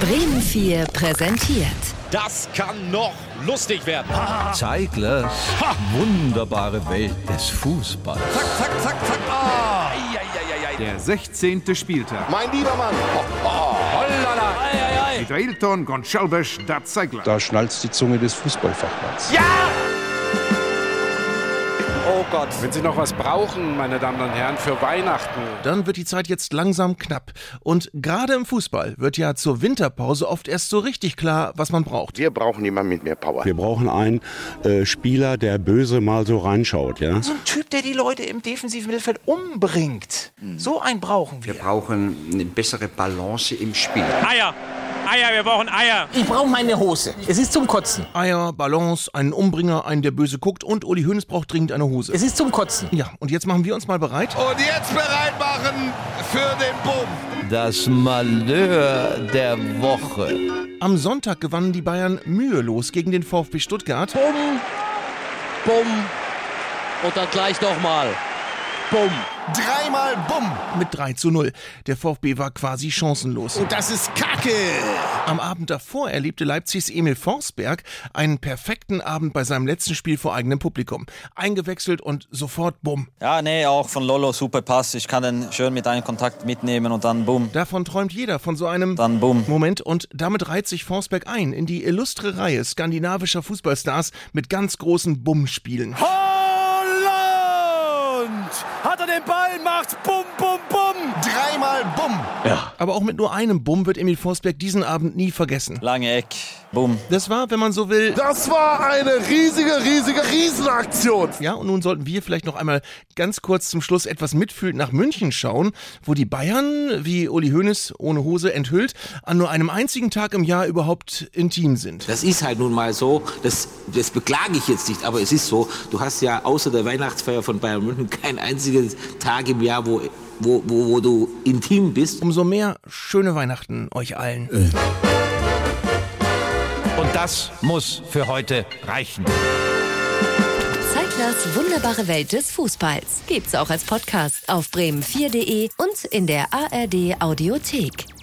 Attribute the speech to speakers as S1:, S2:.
S1: Bremen 4 präsentiert.
S2: Das kann noch lustig werden.
S3: Zeiglers wunderbare Welt des Fußballs.
S2: Zack, zack, zack. Ah. Eieieiei.
S4: Der 16. Spieltag.
S5: Mein lieber Mann.
S2: Hollala. Eieiei.
S4: Mit Ailton Gonçalves da Zeigler.
S6: Da schnalzt die Zunge des Fußballfachmanns.
S5: Oh Gott.
S7: Wenn Sie noch was brauchen, meine Damen und Herren, für Weihnachten.
S8: Dann wird die Zeit jetzt langsam knapp. Und gerade im Fußball wird ja zur Winterpause oft erst so richtig klar, was man braucht.
S5: Wir brauchen jemanden mit mehr Power.
S9: Wir brauchen einen äh, Spieler, der böse mal so reinschaut, ja?
S10: so ein Typ, der die Leute im defensiven Mittelfeld umbringt. So einen brauchen wir.
S11: Mhm. brauchen eine bessere Balance im Spiel.
S12: Eier. Eier, wir brauchen Eier.
S10: Ich brauche meine Hose. Es ist zum Kotzen.
S8: Eier, Balance, einen Umbringer, einen, der böse guckt und Uli Hoeneß braucht dringend eine Hose.
S10: Es ist zum Kotzen.
S8: Ja, und jetzt machen wir uns mal bereit.
S2: Und jetzt bereit machen für den Bumm.
S3: Das Malheur der Woche.
S8: Am Sonntag gewannen die Bayern mühelos gegen den VfB Stuttgart.
S13: Bumm, bumm und dann gleich nochmal. Bumm.
S2: Dreimal Bumm.
S8: mit 3 zu 0. Der VfB war quasi chancenlos.
S2: Und das ist Kacke.
S8: Am Abend davor erlebte Leipzigs Emil Forsberg einen perfekten Abend bei seinem letzten Spiel vor eigenem Publikum. Eingewechselt und sofort bumm.
S13: Ja, nee, auch von Lolo super Pass. Ich kann den schön mit einem Kontakt mitnehmen und dann bumm,
S8: Davon träumt jeder von so einem
S13: dann bumm.
S8: Moment und damit reiht sich Forsberg ein in die illustre Reihe skandinavischer Fußballstars mit ganz großen Bummspielen.
S2: Holland hat er den Ball, macht Bum, Bum, Bum. Dreimal Bum.
S8: Aber auch mit nur einem Bumm wird Emil Forsberg diesen Abend nie vergessen.
S13: Lange Eck, bumm.
S8: Das war, wenn man so will,
S5: Das war eine riesige, riesige Riesenaktion.
S8: Ja, und nun sollten wir vielleicht noch einmal ganz kurz zum Schluss etwas mitfühlend nach München schauen, wo die Bayern, wie Uli Hoeneß ohne Hose enthüllt, an nur einem einzigen Tag im Jahr überhaupt intim sind.
S14: Das ist halt nun mal so, das, das beklage ich jetzt nicht, aber es ist so, du hast ja außer der Weihnachtsfeier von Bayern München keinen einzigen Tag im Jahr, wo, wo, wo, wo du intim bist.
S8: Umso mehr schöne Weihnachten euch allen.
S3: Und das muss für heute reichen.
S1: Zeiglers wunderbare Welt des Fußballs. Gibt's auch als Podcast auf bremen4.de und in der ARD Audiothek.